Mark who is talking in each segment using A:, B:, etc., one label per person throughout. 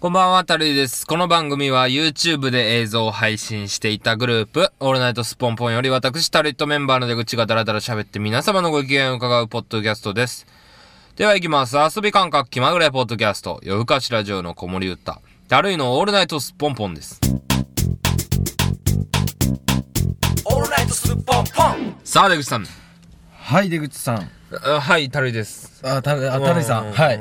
A: こんばんは、たるいです。この番組は YouTube で映像を配信していたグループ、オールナイトスポンポンより私、タルイとメンバーの出口がだらだら喋って皆様のご機嫌を伺うポッドキャストです。では行きます。遊び感覚気まぐれポッドキャスト、夜更かしラジオの子守歌、たるいのオールナイトスポンポンです。
B: オールナイトスッポンポン
A: さあ、出口さん。
C: はい、出口さん。
A: あはい、たるいです。
C: あ、たる、あ、たるいさ
A: うん
C: ん。はい。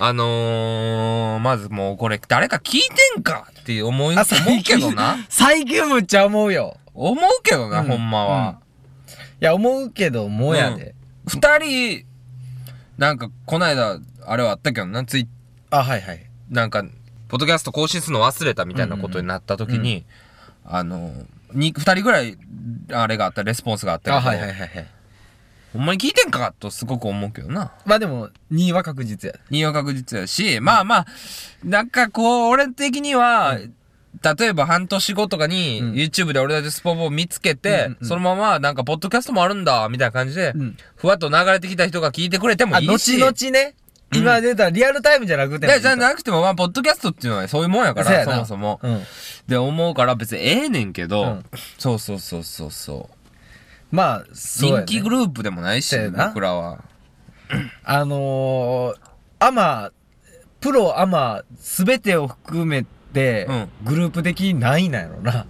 A: あのー、まずもうこれ、誰か聞いてんかって思い、思
C: あ、
A: うけどな。。
C: 最近むっちゃ思うよ。
A: 思うけどな、ほんまは。
C: いや、思うけど、もやで。
A: 二人なんかこないだあれはあったけどなつい
C: あ、はいはい。
A: なんかポッドキャスト更新するの忘れたみたいなことになった時に、あのに二人ぐらいあれがあったレスポンスがあったけど
C: あ、はいはいはいはい。
A: ほんまに聞いてんかとすごく思うけどな
C: まあでも、2位は確実や。
A: には確実やしまあまあなんかこう俺的には、例えば半年後とかに
C: うん
A: YouTube で俺たちスポンポン見つけて、
C: うんうんうん
A: そのままなんかポッドキャストもあるんだみたいな感じで、
C: うん
A: ふわっと流れてきた人が聞いてくれても
C: あ、
A: いいし
C: 後々ね。今出たリアルタイムじゃなく
A: い
C: てもい
A: や、
C: い
A: じ
C: と。
A: ゃなくても、まあ、ポッドキャストっていうのはそういうもんやから、
C: そうや
A: そ
C: な
A: もそも。
C: うん。
A: で、思うから別にええねんけど、
C: うん
A: そうそうそうそうそう。
C: まあ、そうやね
A: 人気グループでもないし、
C: そうやな
A: 僕らは。
C: あのー、アマ、プロアマ、すべてを含めて
A: うん、
C: グループ的にないなんやろな。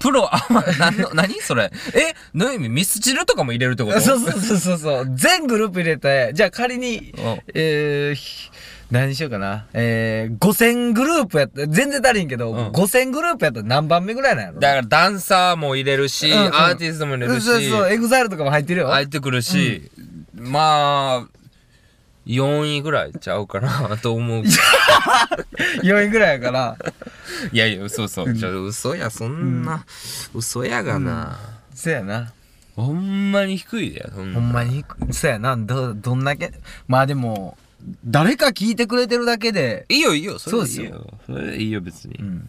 A: プロ、あ、まあ、なんの、何それ。え、どういう意味ミスチルとかも入れるってこと
C: そうそうそうそうそう。全グループ入れて、じゃあ仮に
A: うん、
C: えーひ、何にしようかな。えー、5000グループやった全然足りんけど、
A: うん
C: 5000グループやったら何番目ぐらいなんやろ
A: だから、ダンサーも入れるし、
C: うんうん
A: アーティストも入れるし、
C: そうそう、エグザイルとかも入ってるよ。
A: 入ってくるし、まあ、4位ぐらいちゃうかな と思う。
C: 4位ぐらいやから、
A: いやいや、嘘嘘。ちょ、嘘や、そんな、嘘やがな。
C: そやな。
A: ほんまに低いで、そん
C: ほ
A: な。
C: んまに、そやな。ど、どんだけ、まあでも、誰か聞いてくれてるだけで、
A: いいよいいよ、
C: そうです
A: いいよ。それでいいよ、別に
C: う。ん。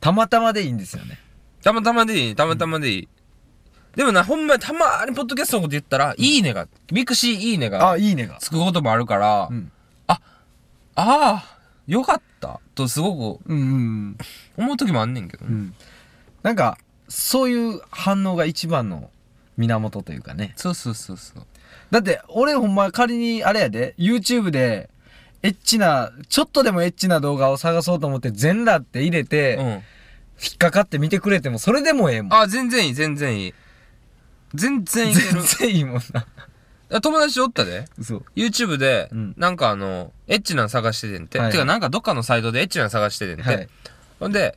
C: たまたまでいいんですよね。
A: たまたまでいい、たまたまでいい。でもな、ほんまにたまにポッドキャストのこと言ったら、いいねが、ミクシーいいね
C: あ、
A: が
C: いいねが。
A: つくこともあるから、
C: うん。
A: ああ、よかった、とすごく
C: うんうん
A: 思う時もあんねんけど
C: うん。う。ん。なんか、そういう反応が一番の源というかね。
A: そうそうそうそう。
C: だって俺ほんま仮にあれやで YouTube でエッチなちょっとでもエッチな動画を探そうと思って全裸って入れて、
A: うん。
C: 引っかかって見てくれてもそれでもええもん
A: あ、全然いい、全然いい。全然いける
C: 全。然いいもんな
A: あ友達おったで。
C: そう
A: YouTube で
C: うん、
A: なんかあの、エッチなん探しててんて。
C: はいはい
A: てか、なんかどっかのサイトでエッチなん探しててん
C: は
A: て
C: い。
A: ほんで、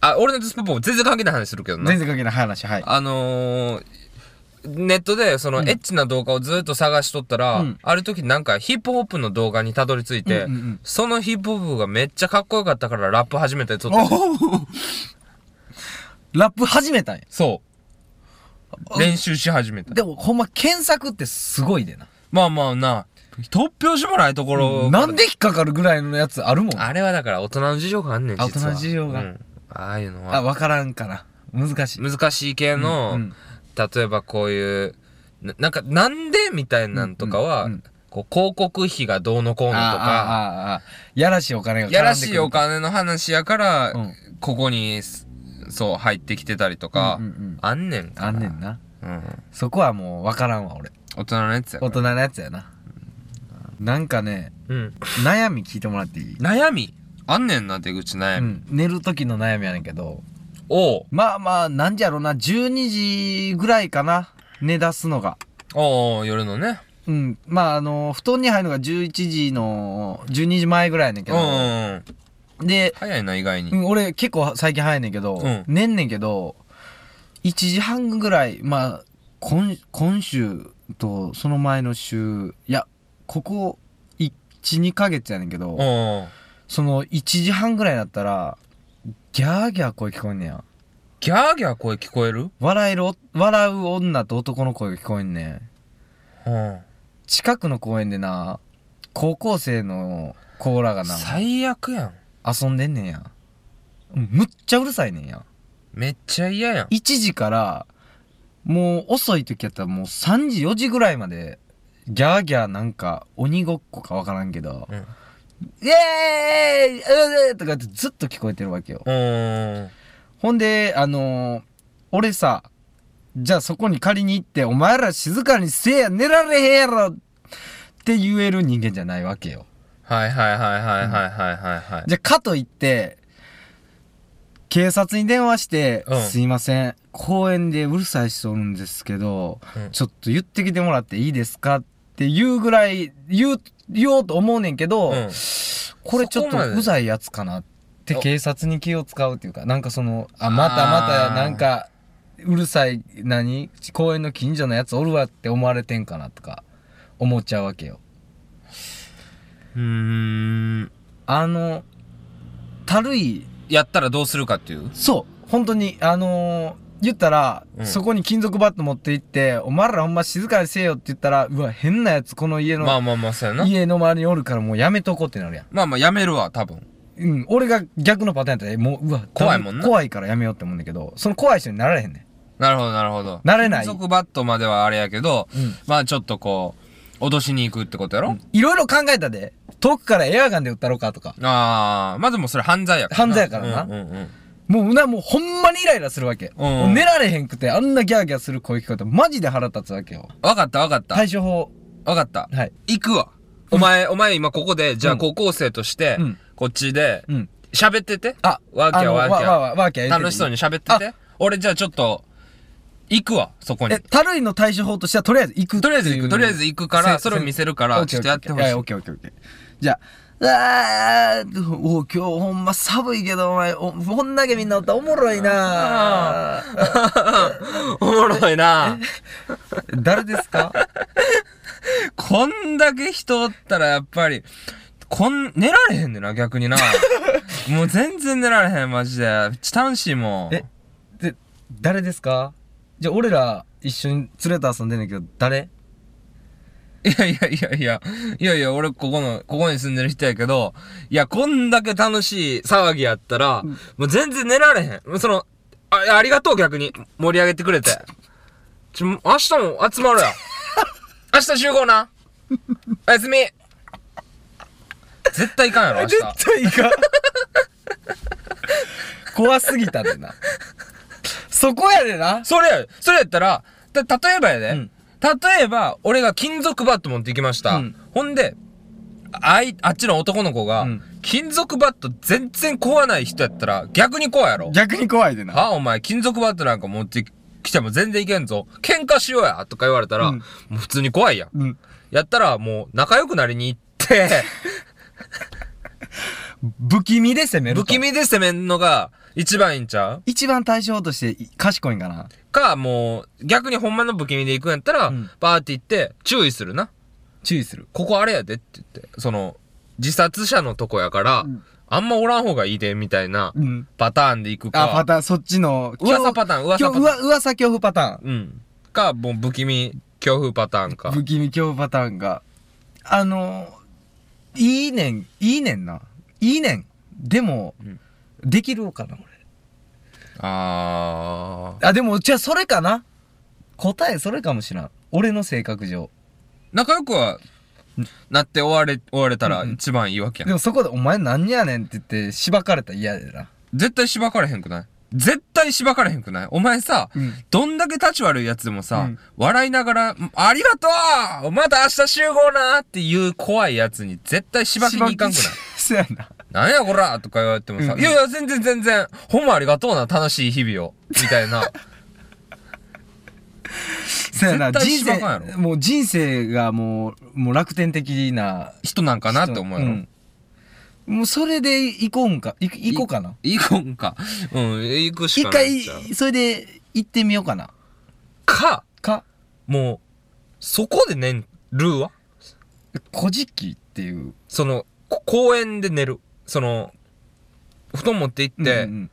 A: あ、俺のスポポ全然関係ない話するけどな。
C: 全然関係ない話はい
A: あのー、ネットでそのエ
C: ん
A: ッチな動画をずっと探しとったら、
C: うん
A: ある時なんかヒップホップの動画にたどり着いて、
C: うんうんうん
A: そのヒップホップがめっちゃかっこよかったからラップ始めて撮って
C: おお ラップ始めたんや
A: そう練習し始めた
C: でもほんま検索ってすごいでな、
A: まあまあな突拍子もないところ、
C: なんで引っかかるぐらいのやつあるもんあ
A: あれはだから大人の事情があんねん実
C: あ
A: は
C: 大人の事情が
A: うんああいうのは
C: わからんから難しい
A: 難しい系の、
C: うん
A: 例えばこういうななんかなんでみたいなんとかは、
C: うんうん
A: こう広告費がどうのこう
C: あ
A: のと
C: あ
A: か
C: あああやらしいお金が絡んでくる
A: やらしいお金の話やから、
C: うん
A: ここにすそう入ってきてたりとか、
C: うんうんうん
A: あんねんから
C: あんねん、な
A: うん、
C: そこはもう分からんわ俺
A: 大人のやつやか
C: 大
A: ら、
C: 人のやつやななんかね
A: うん、
C: 悩み聞いてもらっていい、
A: 悩みあんねんな出口悩
C: う
A: み、
C: ん、寝る時の悩みやねんけど
A: おう
C: まあまあなんじゃろうな12時ぐらいかな寝出すのが
A: おう夜のね
C: うんまああの布団に入るのが11時の12時前ぐらいやねんけ
A: うん
C: ど
A: うんうん
C: で、
A: 早いな意外に、
C: うん、俺結構最近早いねんけど、
A: うん
C: 寝んねんけど1時半ぐらいまあ今今週とその前の週いやここ12ヶ月やねんけど、
A: おう
C: その1時半ぐらいになったらギャーギャー声聞こえんねや
A: ギャーギャー声聞こえる、
C: 笑えるお笑う女と男の声が聞こえんねん
A: うん、
C: 近くの公園でな高校生の子らがな
A: 最悪やん
C: 遊んでんねんやうんむっちゃうるさいねんや
A: めっちゃ嫌やん
C: 1時からもう遅い時やったらもう3時4時ぐらいまでギャーギャーなんか鬼ごっこかわからんけど、
A: うん
C: イエーイうーとかってずっと聞こえてるわけよ。
A: うん。
C: ほんで、あのー俺さ、じゃあそこに仮に行って、お前ら静かにせえや、寝られへんやろって言える人間じゃないわけよ。
A: はいはいはいはいはいはいはいはい。
C: じゃあかといって、警察に電話して、
A: うん
C: すいません、公園でうるさい人おるんですけど、
A: うん
C: ちょっと言ってきてもらっていいですかって言うぐらい、言う、言おうと思うねんけど、
A: うん。
C: これちょっ
A: そこまで
C: とうざいやつかなって警察に気を使うっていうか、なんかその、あ、また
A: あー
C: またなんか、うるさい、何公園の近所のやつおるわって思われてんかなとか、思っちゃうわけよ。
A: うーん。
C: あの、たるい、
A: やったらどうするかっていう。
C: そう、本当に、あのー言ったら、
A: うん
C: そこに金属バット持って行って、お前らほんま静かにせえよって言ったら、うわ、変なやつこの家の、
A: まあまあまあ、そうやな。
C: 家の周りにおるからもうやめとこうってなるやん。
A: まあまあ、やめるわ、多分。
C: うん、俺が逆のパターンやったら、もう、うわ、
A: 怖いもんな
C: 怖いからやめようって思うんだけど、その怖い人になられへんね
A: なるほど、なるほど。
C: なれない
A: 金属バットまではあれやけど、
C: うん
A: まあちょっとこう、脅しに行くってことやろ、
C: ん。いろいろ考えたで、遠くからエアガンで撃ったろかとか。
A: ああ、まあでもそれ犯罪やから
C: 犯罪やからな
A: うんうんうん。
C: もうな、もうほんまにイライラするわけ。
A: うん
C: もう寝られへんくて、あんなギャーギャーする声聞こえたらマジで腹立つわけよ。
A: わかったわかった。
C: 対処法。
A: わかった。
C: はい。
A: 行くわ。お前、お前今ここで、じゃ
C: う
A: あ
C: ん
A: 高校生として、
C: うん
A: こっちで
C: う、ん。
A: 喋ってて。
C: あ、
A: わーきゃ
C: あの
A: わーきゃ
C: わわわーきゃ言ってていい
A: 楽しそうに喋ってて。俺じゃあちょっと、行くわ、そこに
C: え、。たるいの対処法としては、とりあえず行くって
A: と
C: いう
A: りあえず行く、とりあえず行くから、それを見せるか
C: オ
A: ら、
C: ッケ
A: ち
C: ー
A: ょっ
C: オッ
A: とやってほ
C: ケー
A: しい
C: や。オッケーオッケーオッケー。じゃあ、あーお今日ほんま寒いけど、お前、おこんだけみんなおったらおもろいな
A: おもろいな
C: 誰ですか
A: こんだけ人おったらやっぱり、こん、寝られへんねんな、逆 にな。もう全然寝られへん、マジで。めっちゃ楽しいもん。
C: えで、誰ですかじゃあ、俺ら一緒に連れて遊んでんねんけど、誰
A: いやいやいやいや、いやいや、俺ここの、ここに住んでる人やけど、いや、こんだけ楽しい騒ぎやったら、もう全然寝られへん。もうその、あ、ありがとう逆に、盛り上げてくれて。ちょ、明日も集まろうや。明日集合な。おやすみ。絶対行かんやろ、明日。
C: 対いかん 怖すぎたでな。そこや でな。
A: それや、それやったら、た、例えばやで、
C: うん
A: 例えば、俺が金属バット持って行きました。
C: うん
A: ほんで、あい、あっちの男の子が、
C: うん
A: 金属バット全然怖ない人やったら、逆に怖いやろ。
C: 逆に怖いでな。
A: はお前、金属バットなんか持ってきても全然いけんぞ。喧嘩しようやとか言われたら、
C: うん
A: もう普通に怖いやん。
C: うん。
A: やったら、もう、仲良くなりに行って、
C: 不気味で攻める
A: 不
C: と。
A: 気味で攻めんのが、一番いいんちゃう
C: 一番対処法としてい賢いんかな。
A: か、もう、逆にほんまの不気味で行くんやったら、
C: うん
A: バーって行って、注意するな。
C: 注意する。
A: ここあれやでって言って、その、自殺者のとこやから、
C: うん
A: あんまおらん方がいいで、みたいな
C: うん。
A: パターンでいくか。
C: あ、パターン、そっちの。
A: 噂パターン、噂パタ
C: 恐
A: ー
C: 怖うわ噂恐怖パタ
A: ン。うん。か、もう不気味、恐怖パターン
C: ー
A: か
C: ン。。不気味恐怖パターンが。あのー、いいねん、いいねんな。いいねん。でも、
A: うん
C: できるかな、俺。
A: あー。
C: あ、でも、じゃあそれかな。答えそれかもしらん。俺の性格上。
A: 仲良くは、なって終われ、終われたら
C: うんうん
A: 一番いいわけやん。
C: でもそこで、お前なんやねんって言って、しばかれたら嫌やな。
A: 絶対しばかれへんくない絶対しばかれへんくないお前さ、
C: うん
A: どんだけ立ち悪いやつでもさ、
C: うん
A: 笑いながら、ありがとうまた明日集合なっていう怖いやつに絶対しばきに行かんくない
C: そうやな。
A: なんやこらとか言われてもさ、
C: うん
A: いやいや、全然全然、ほんまありがとうな、楽しい日々を。みたいな。
C: そうやな。
A: 絶対し
C: 人
A: ばかんや
C: 生、もう人生がもう、もう楽天的な
A: 人なんかなって思うやろ。
C: んもうそれで行こうんかい行こうかな
A: 行こんか。うん、行くし
C: 一
A: かない
C: 回
A: んちゃう。
C: それで行ってみようかな
A: か、
C: か
A: もう、そこで寝るわ。
C: 「古事記」っていう
A: その、こ公園で寝る。その、布団持って行って、
C: うん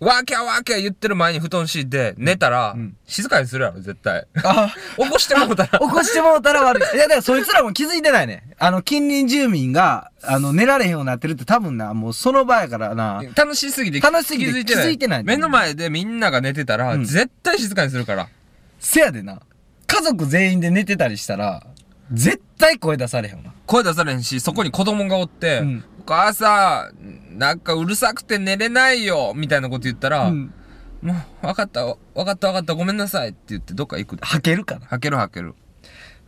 A: わーきゃーわーきゃー言ってる前に布団敷いて寝たら、
C: うん
A: 静かにするやろ、絶対。
C: あ
A: 起こしてもうたら
C: 起。こしてもうたら悪いいやだからそいつらも気づいてないねあの近隣住民があの寝られへんようになってるって多分なもうその場やからな
A: 楽しすぎて
C: 楽しすぎて気づいてない
A: 目の前でみんなが寝てたら、
C: うん
A: 絶対静かにするから
C: せやでな家族全員で寝てたりしたら絶対声出されへんよな
A: 声出されへんし、そこに子供がおって、
C: うん
A: お母さん、なんかうるさくて寝れないよみたいなこと言ったら、
C: うん
A: もう、わかった、わかったわかった、ごめんなさいって言ってどっか行く。
C: はけるかな
A: はけるはける。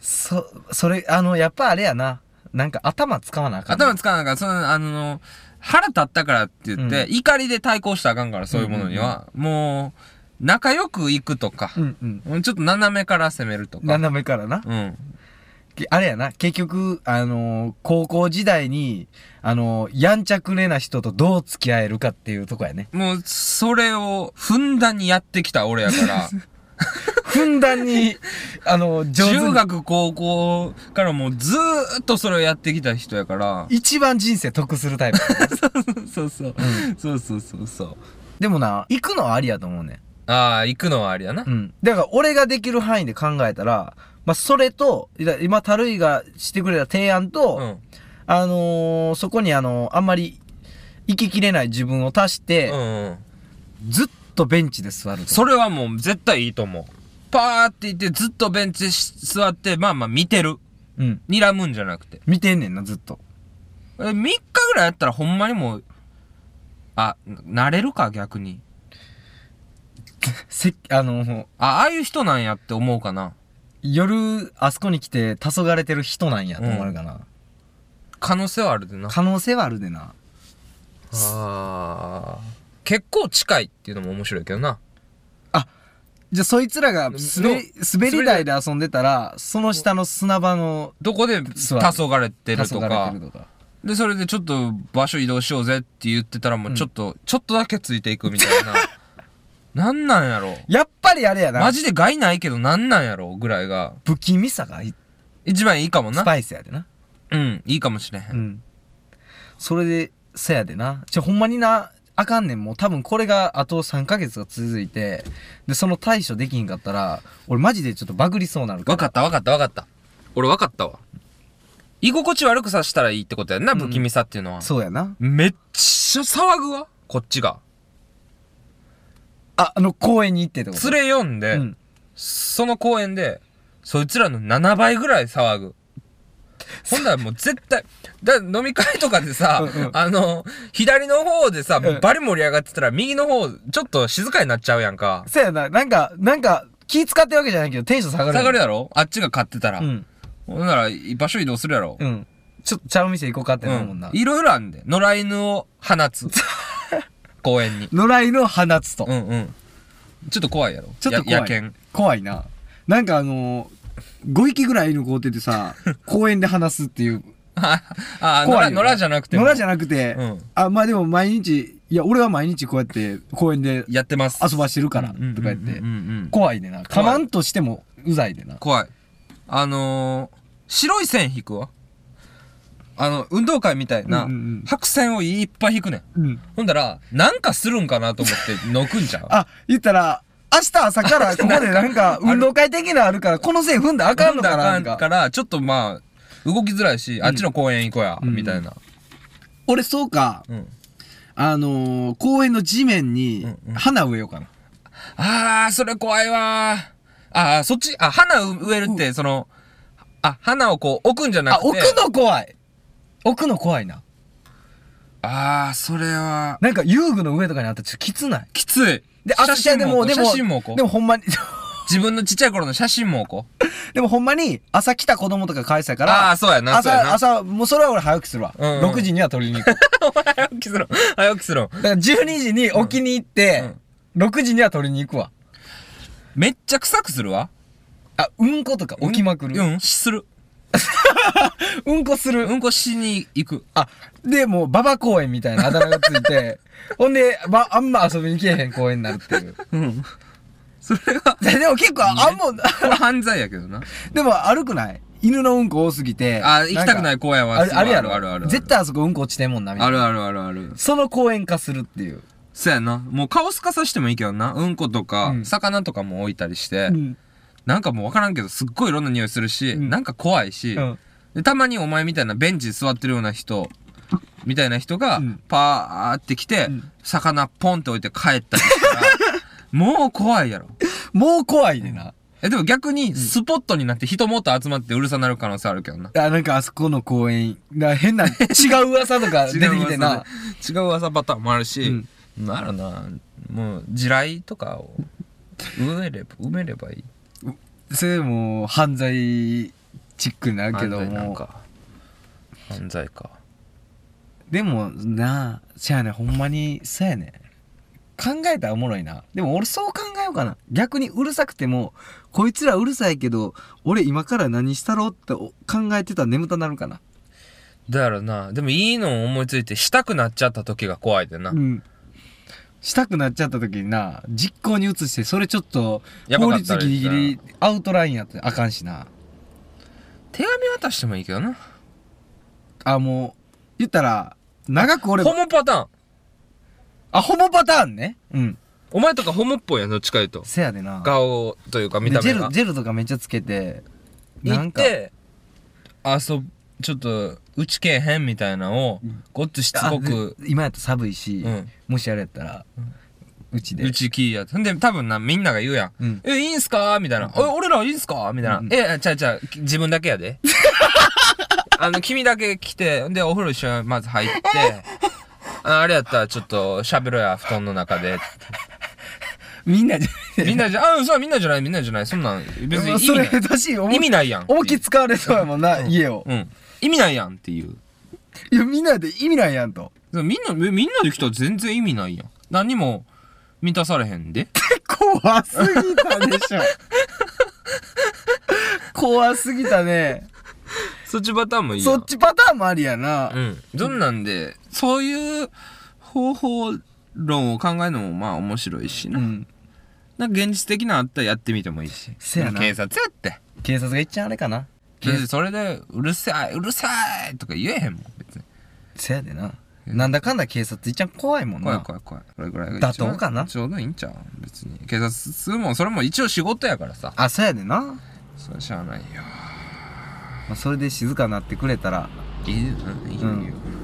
C: そそれあのやっぱあれやななんか頭使わなあかん
A: 頭つかないから、その、あの、腹立ったからって言って、
C: う
A: 怒りで対抗したらあかんから、そういうものには。もう、仲良く行くとか、
C: うんうん
A: ちょっと斜めから攻めるとか。
C: 斜めからな
A: うん。
C: きあれやな結局あのー高校時代にあのーやんちゃくねな人とどう付き合えるかっていうとこ やね
A: もう、それを、ふんだんにやってきた俺や から、
C: ふんだんにあのー上手
A: 中
C: に
A: 学、高校からもうずーっとそれをやってきた人やから、
C: 一番人生得する タイプ
A: そうそう、そうそうそうそう。
C: でもな行くのはありやと思うね
A: ああ、行くのはありやな
C: う。んだから俺ができる範囲で考えたらまあそれといや今たるいがしてくれた提案と、
A: うん。
C: あのーそこにあのーあんまり行ききれない自分を足して、
A: うんうん。
C: ずっとベンチで座ると
A: それはもう絶対いいと思う。パーって言ってずっとベンチし座って、まあまあ見てる。
C: うん
A: 睨むんじゃなくて。
C: 見てんねんなずっと
A: え3日ぐらいやったらほんまにもう、あ、な慣れるか逆に。
C: せあのー
A: あ、ああいう人なんやって思うかな。
C: 夜あそこに来て黄昏れてる人なんやと思われるかな、
A: 可能性はあるでな。
C: 可能性はあるでな
A: あ結構近いっていうのも面白いけどな。
C: じゃあそいつらが滑り滑り台で遊んでたらその下の砂場の
A: どこで黄
C: そう
A: 昏って
C: 黄
A: ると
C: 昏
A: か
C: れてるとか
A: で、それでちょっと場所移動しようぜって言ってたらもうちょっと、ちょっとだけついていくみたいな。 なんなんやろ
C: やっぱりあれや
A: マ
C: な
A: ジで害ないけどなんなんやろぐらいが、
C: 不気味さがい
A: 一番いいかも
C: ス
A: な。
C: パイスやでな
A: うん、いいかもしれへん。
C: うんそれでせやでなじゃほんまになあかんねんもう多分これがあと3ヶ月が続いてでその対処できひんかったら俺マジでちょっとバグりそうなる
A: わ
C: ら
A: かったわかったわかった。俺わかったわ。居心地悪くさせたらいいってことやんな、
C: うん
A: 不気味さっていうのは。
C: そうやな
A: めっちゃ騒ぐわ、こっちが。
C: ああの公園に行ってってこと
A: 連れ読んで、
C: うん
A: その公園で、そいつらの7倍ぐらい騒ぐ。ほんならもう絶対、だ飲み会とかでさ、
C: うんうん
A: あの、左の方でさ、もううんバリ盛り上がってたら、右の方、ちょっと静かになっちゃうやんか。
C: そうやななんかなんか気使ってるわけじゃないけどテンション下がる
A: 下がるやろあっちが買ってたら。
C: うん
A: ほんなら、場所移動するやろ。
C: うんちょっとちゃう店行こうかってなるもんな、
A: いろいろあんで。野良犬を放 つ。公園に。
C: 野良犬を放つと、
A: うんうん。ちょっと怖いやろ。
C: ちょっと怖い
A: や野犬。
C: 怖いななんかあのー、5匹ぐらい犬飼うてて さ公園で放すっていう
A: ああ、
C: 怖
A: 野良、
C: いよな
A: 野良じゃなくても。
C: 野良じゃ
A: な
C: なくて、
A: うん
C: あまあでも毎日いや俺は毎日こうやって公園で
A: やってます。
C: 遊ばしてるからと
A: うん
C: か
A: うんうん
C: 言って
A: うんうん
C: 怖いでなかまんとしてもうざいでな
A: 怖い。あのー、白い線引くわ。あの、運動会みたいな
C: うんうんうん、
A: 白線をいっぱい引くねん。
C: うん
A: ほんだら、なんかするんかなと思 って、のくんちゃう
C: あ言ったら明日朝からここ でなんか運動会的なあるからこの線踏んだらあかんのか
A: あ
C: な
A: か
C: と
A: ん
C: か
A: から、ちょっとまあ、動きづらいし、あっちの公園行こうや、
C: ん
A: みたいな。
C: 俺そうか
A: うん。
C: あのー、公園の地面に
A: うんうん
C: 花植えようかな。
A: あー、それ怖いわー。あー、そっち、あ、花植えるって、その、あ、花をこう置くんじゃな
C: あ
A: く、て。
C: 置くの怖い置くの怖いな。
A: あー、それは、
C: なんか遊具の上とかにあったらちょっときつない。
A: きつい。
C: で、あ
A: 写真
C: で
A: も
C: も、
A: 置こ
C: で
A: う
C: も、
A: 写真も置こ
C: で
A: う。
C: もほんまに、
A: 自分のちっちゃい頃の写真も置こう。
C: でもほんまに朝来た子供とか返したから、
A: あーそうやなそうやな
C: 朝、朝、もうそれは俺早起きするわ。
A: うんうん
C: 6時には取りに行く。だか
A: 早起きする。早起きする。
C: ら12時に置きに行って、6時には取りに行くわ。
A: めっちゃ臭くするわ。
C: あ、うんことか置きまくる。
A: う
C: うん
A: ん、うんす る。
C: こする。
A: うんこしに行く。
C: あ、で、もう、馬場公園みたいなあだ名がつ いて、ほんで、ば、あんま遊びに来えへん公園になるっていう。
A: それは、
C: ででも結構、あんも、
A: これ犯罪やけどな。
C: でも悪くない犬のうんこ多すぎて。
A: あー、行きたくない
C: んか
A: 公園は
C: あるあるやろ
A: あるあるある。
C: 絶。対あそこうんこ落ちてんもんな、みたい
A: あ
C: な。
A: るあるあるある。
C: その公園化するっていう。
A: そうやな。もう顔すかさしてもいいけどな。うんことか、
C: うん
A: 魚とかも置いたりして、
C: うん。
A: なんかもうわからんけど、すっごいいろんな匂いするし、
C: ん
A: なんか怖いし、
C: うん
A: で、たまにお前みたいなベンチに座ってるような人、みたいな人が
C: うん、
A: パーって来て、
C: ん
A: 魚ポンって置いて帰ったりしたら、もう怖いやろ。
C: もう怖いでな。
A: え、でも逆に、スポットになって人もっと集まってうるさなる可能性あるけどな。
C: あ、なんかあそこの公園、な変な、違う噂と か出てきてな。
A: 違う噂パターンもあるし
C: ん、
A: なるな、もう、地雷とかを埋めれば、埋めればいい。
C: それもう犯罪チックになるけど
A: 犯罪なん
C: も。
A: か。犯罪か。
C: でもなあ、じゃあね、ほんまに、そうやね。考えたらおもろいな。でも俺そう考えようかな。逆にうるさくても、こいつらうるさいけど、俺今から何したろうって考えてたら眠たなるかな。
A: だからな、でもいいのを思いついて、したくなっちゃった時が怖いでな
C: う。ん。したくなっちゃった時にな、実行に移して、それちょっと、
A: やば
C: 法
A: かった
C: 律
A: ら
C: ギリギ
A: いい
C: リアウトラインやってあかんしな。
A: 手紙渡してもいいけどな。
C: あ、もう、言ったら、長く俺、
A: ホモパターン。
C: あ、ホモパターンね。うん。
A: お前とかホモっぽいやん、どっちか言うと。
C: せやでな。
A: 顔というか見
C: で
A: た
C: ジ
A: 目
C: ェ
A: が
C: ル、。ジェルとかめっちゃつけて、な
A: 行っ
C: んか、
A: て、あ、そう、ちょっと、打ちけえへんみたいなのを、ごっつしつ
C: あ
A: こく、
C: で今やったら寒いし、
A: うん
C: もしあれやったら、うちで。
A: 打ちきいやつ。ほんで、多分な、みんなが言うやん。
C: うん
A: え、いいんすかみたいな。え、俺らいいんすかみたいな。え、ちゃうちゃう、き自分だけや で。あの、君だけ来て、ほんで、お風呂一緒にまず入って、ああれやったらちょっと喋ろうや、布団の中で。
C: みんなじゃ、
A: みんなじゃ、あ、そう、みんなじゃない、みんなじゃない。そんなん、別に意
C: それ
A: 味な
C: 下
A: い。
C: 手しい思い
A: 意味ないやん。
C: 思いっきり使われそうやもんな、家を。
A: うん。意味ないやんっていう。
C: いや、みんなで意味ないやんと。
A: でもみんな、えみんなで来たら全然意味ないやん。何にも満たされへんで。
C: 怖すぎたでしょ怖すぎたね
A: そっちパターンもいいやん。
C: そっちパターンもありやな、
A: うん。そんなんで、そういう方法論を考えるのもまあ面白いし
C: う
A: な。
C: ん、
A: なんか現実的なのあったらやってみてもいいし。
C: せやな
A: 警察やって。
C: 警察が一番あれかな
A: 別にそれで、うるさい、うるさいとか言えへんもん、別に。
C: せやでななんだかんだ警察一番怖いもん
A: 怖い
C: な
A: 怖い怖い。これぐらいが
C: 妥当かな
A: ちょうどいいんちゃう別に。警察するもん、それも一応仕事やからさ。
C: あそうやでな、ま
A: それしゃあないよ。
C: あ、それで静かになってくれたら
A: いいよ、いいよ。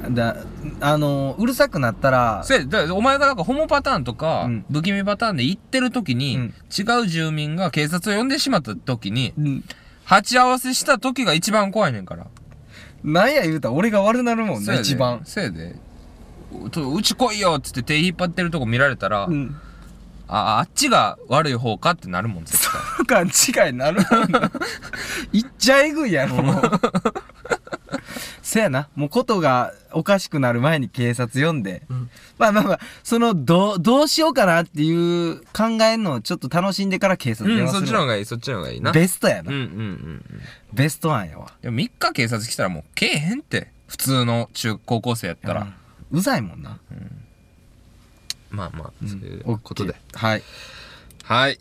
C: うんだあのうるさくなったら
A: せだからお前がなんかホモパターンとか、
C: うん
A: 不気味パターンで行ってる時に、
C: うん
A: 違う住民が警察を呼んでしまった時に、
C: うん
A: 鉢合わせした時が一番怖いねんから。
C: なんや言うたら俺が悪なるもん
A: せ
C: ね
A: やで
C: 一番
A: せやで。おちょうち来いよっつって手引っ張ってるとこ見られたら、
C: うん
A: あ、あっちが悪い方かってなるもん、絶対。
C: 不感違いなるもん ないっちゃえぐいやろもうせやなもうことがおかしくなる前に警察呼んで、まあまあまあそのどうどうしようかなっていう考えるのをちょっと楽しんでから警察
A: う
C: 電
A: ん、
C: 話
A: そっ
C: す
A: ち
C: る
A: の
C: わ、
A: 方がいい、そっちの方がいいな。
C: ベストや
A: う
C: な、
A: んうんうんうん。
C: ベスト案やわ
A: でも3日警察来たらもう来えへんって。普通の中、高校生やったら。
C: うんうざいもんな、
A: まあまあ、そういう
C: オッケー
A: ことで。
C: はい
A: はい。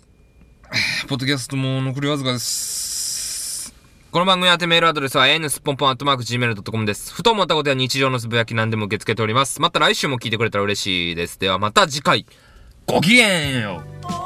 A: ポッドキャストも残りわずかです。この番組宛てメールアドレスは a n s p o n p o n g m a i l c o m です。ふと思ったことや日常のつぶやき何でも受け付けております。また来週も聞いてくれたら嬉しいです。ではまた次回、ごきげんよう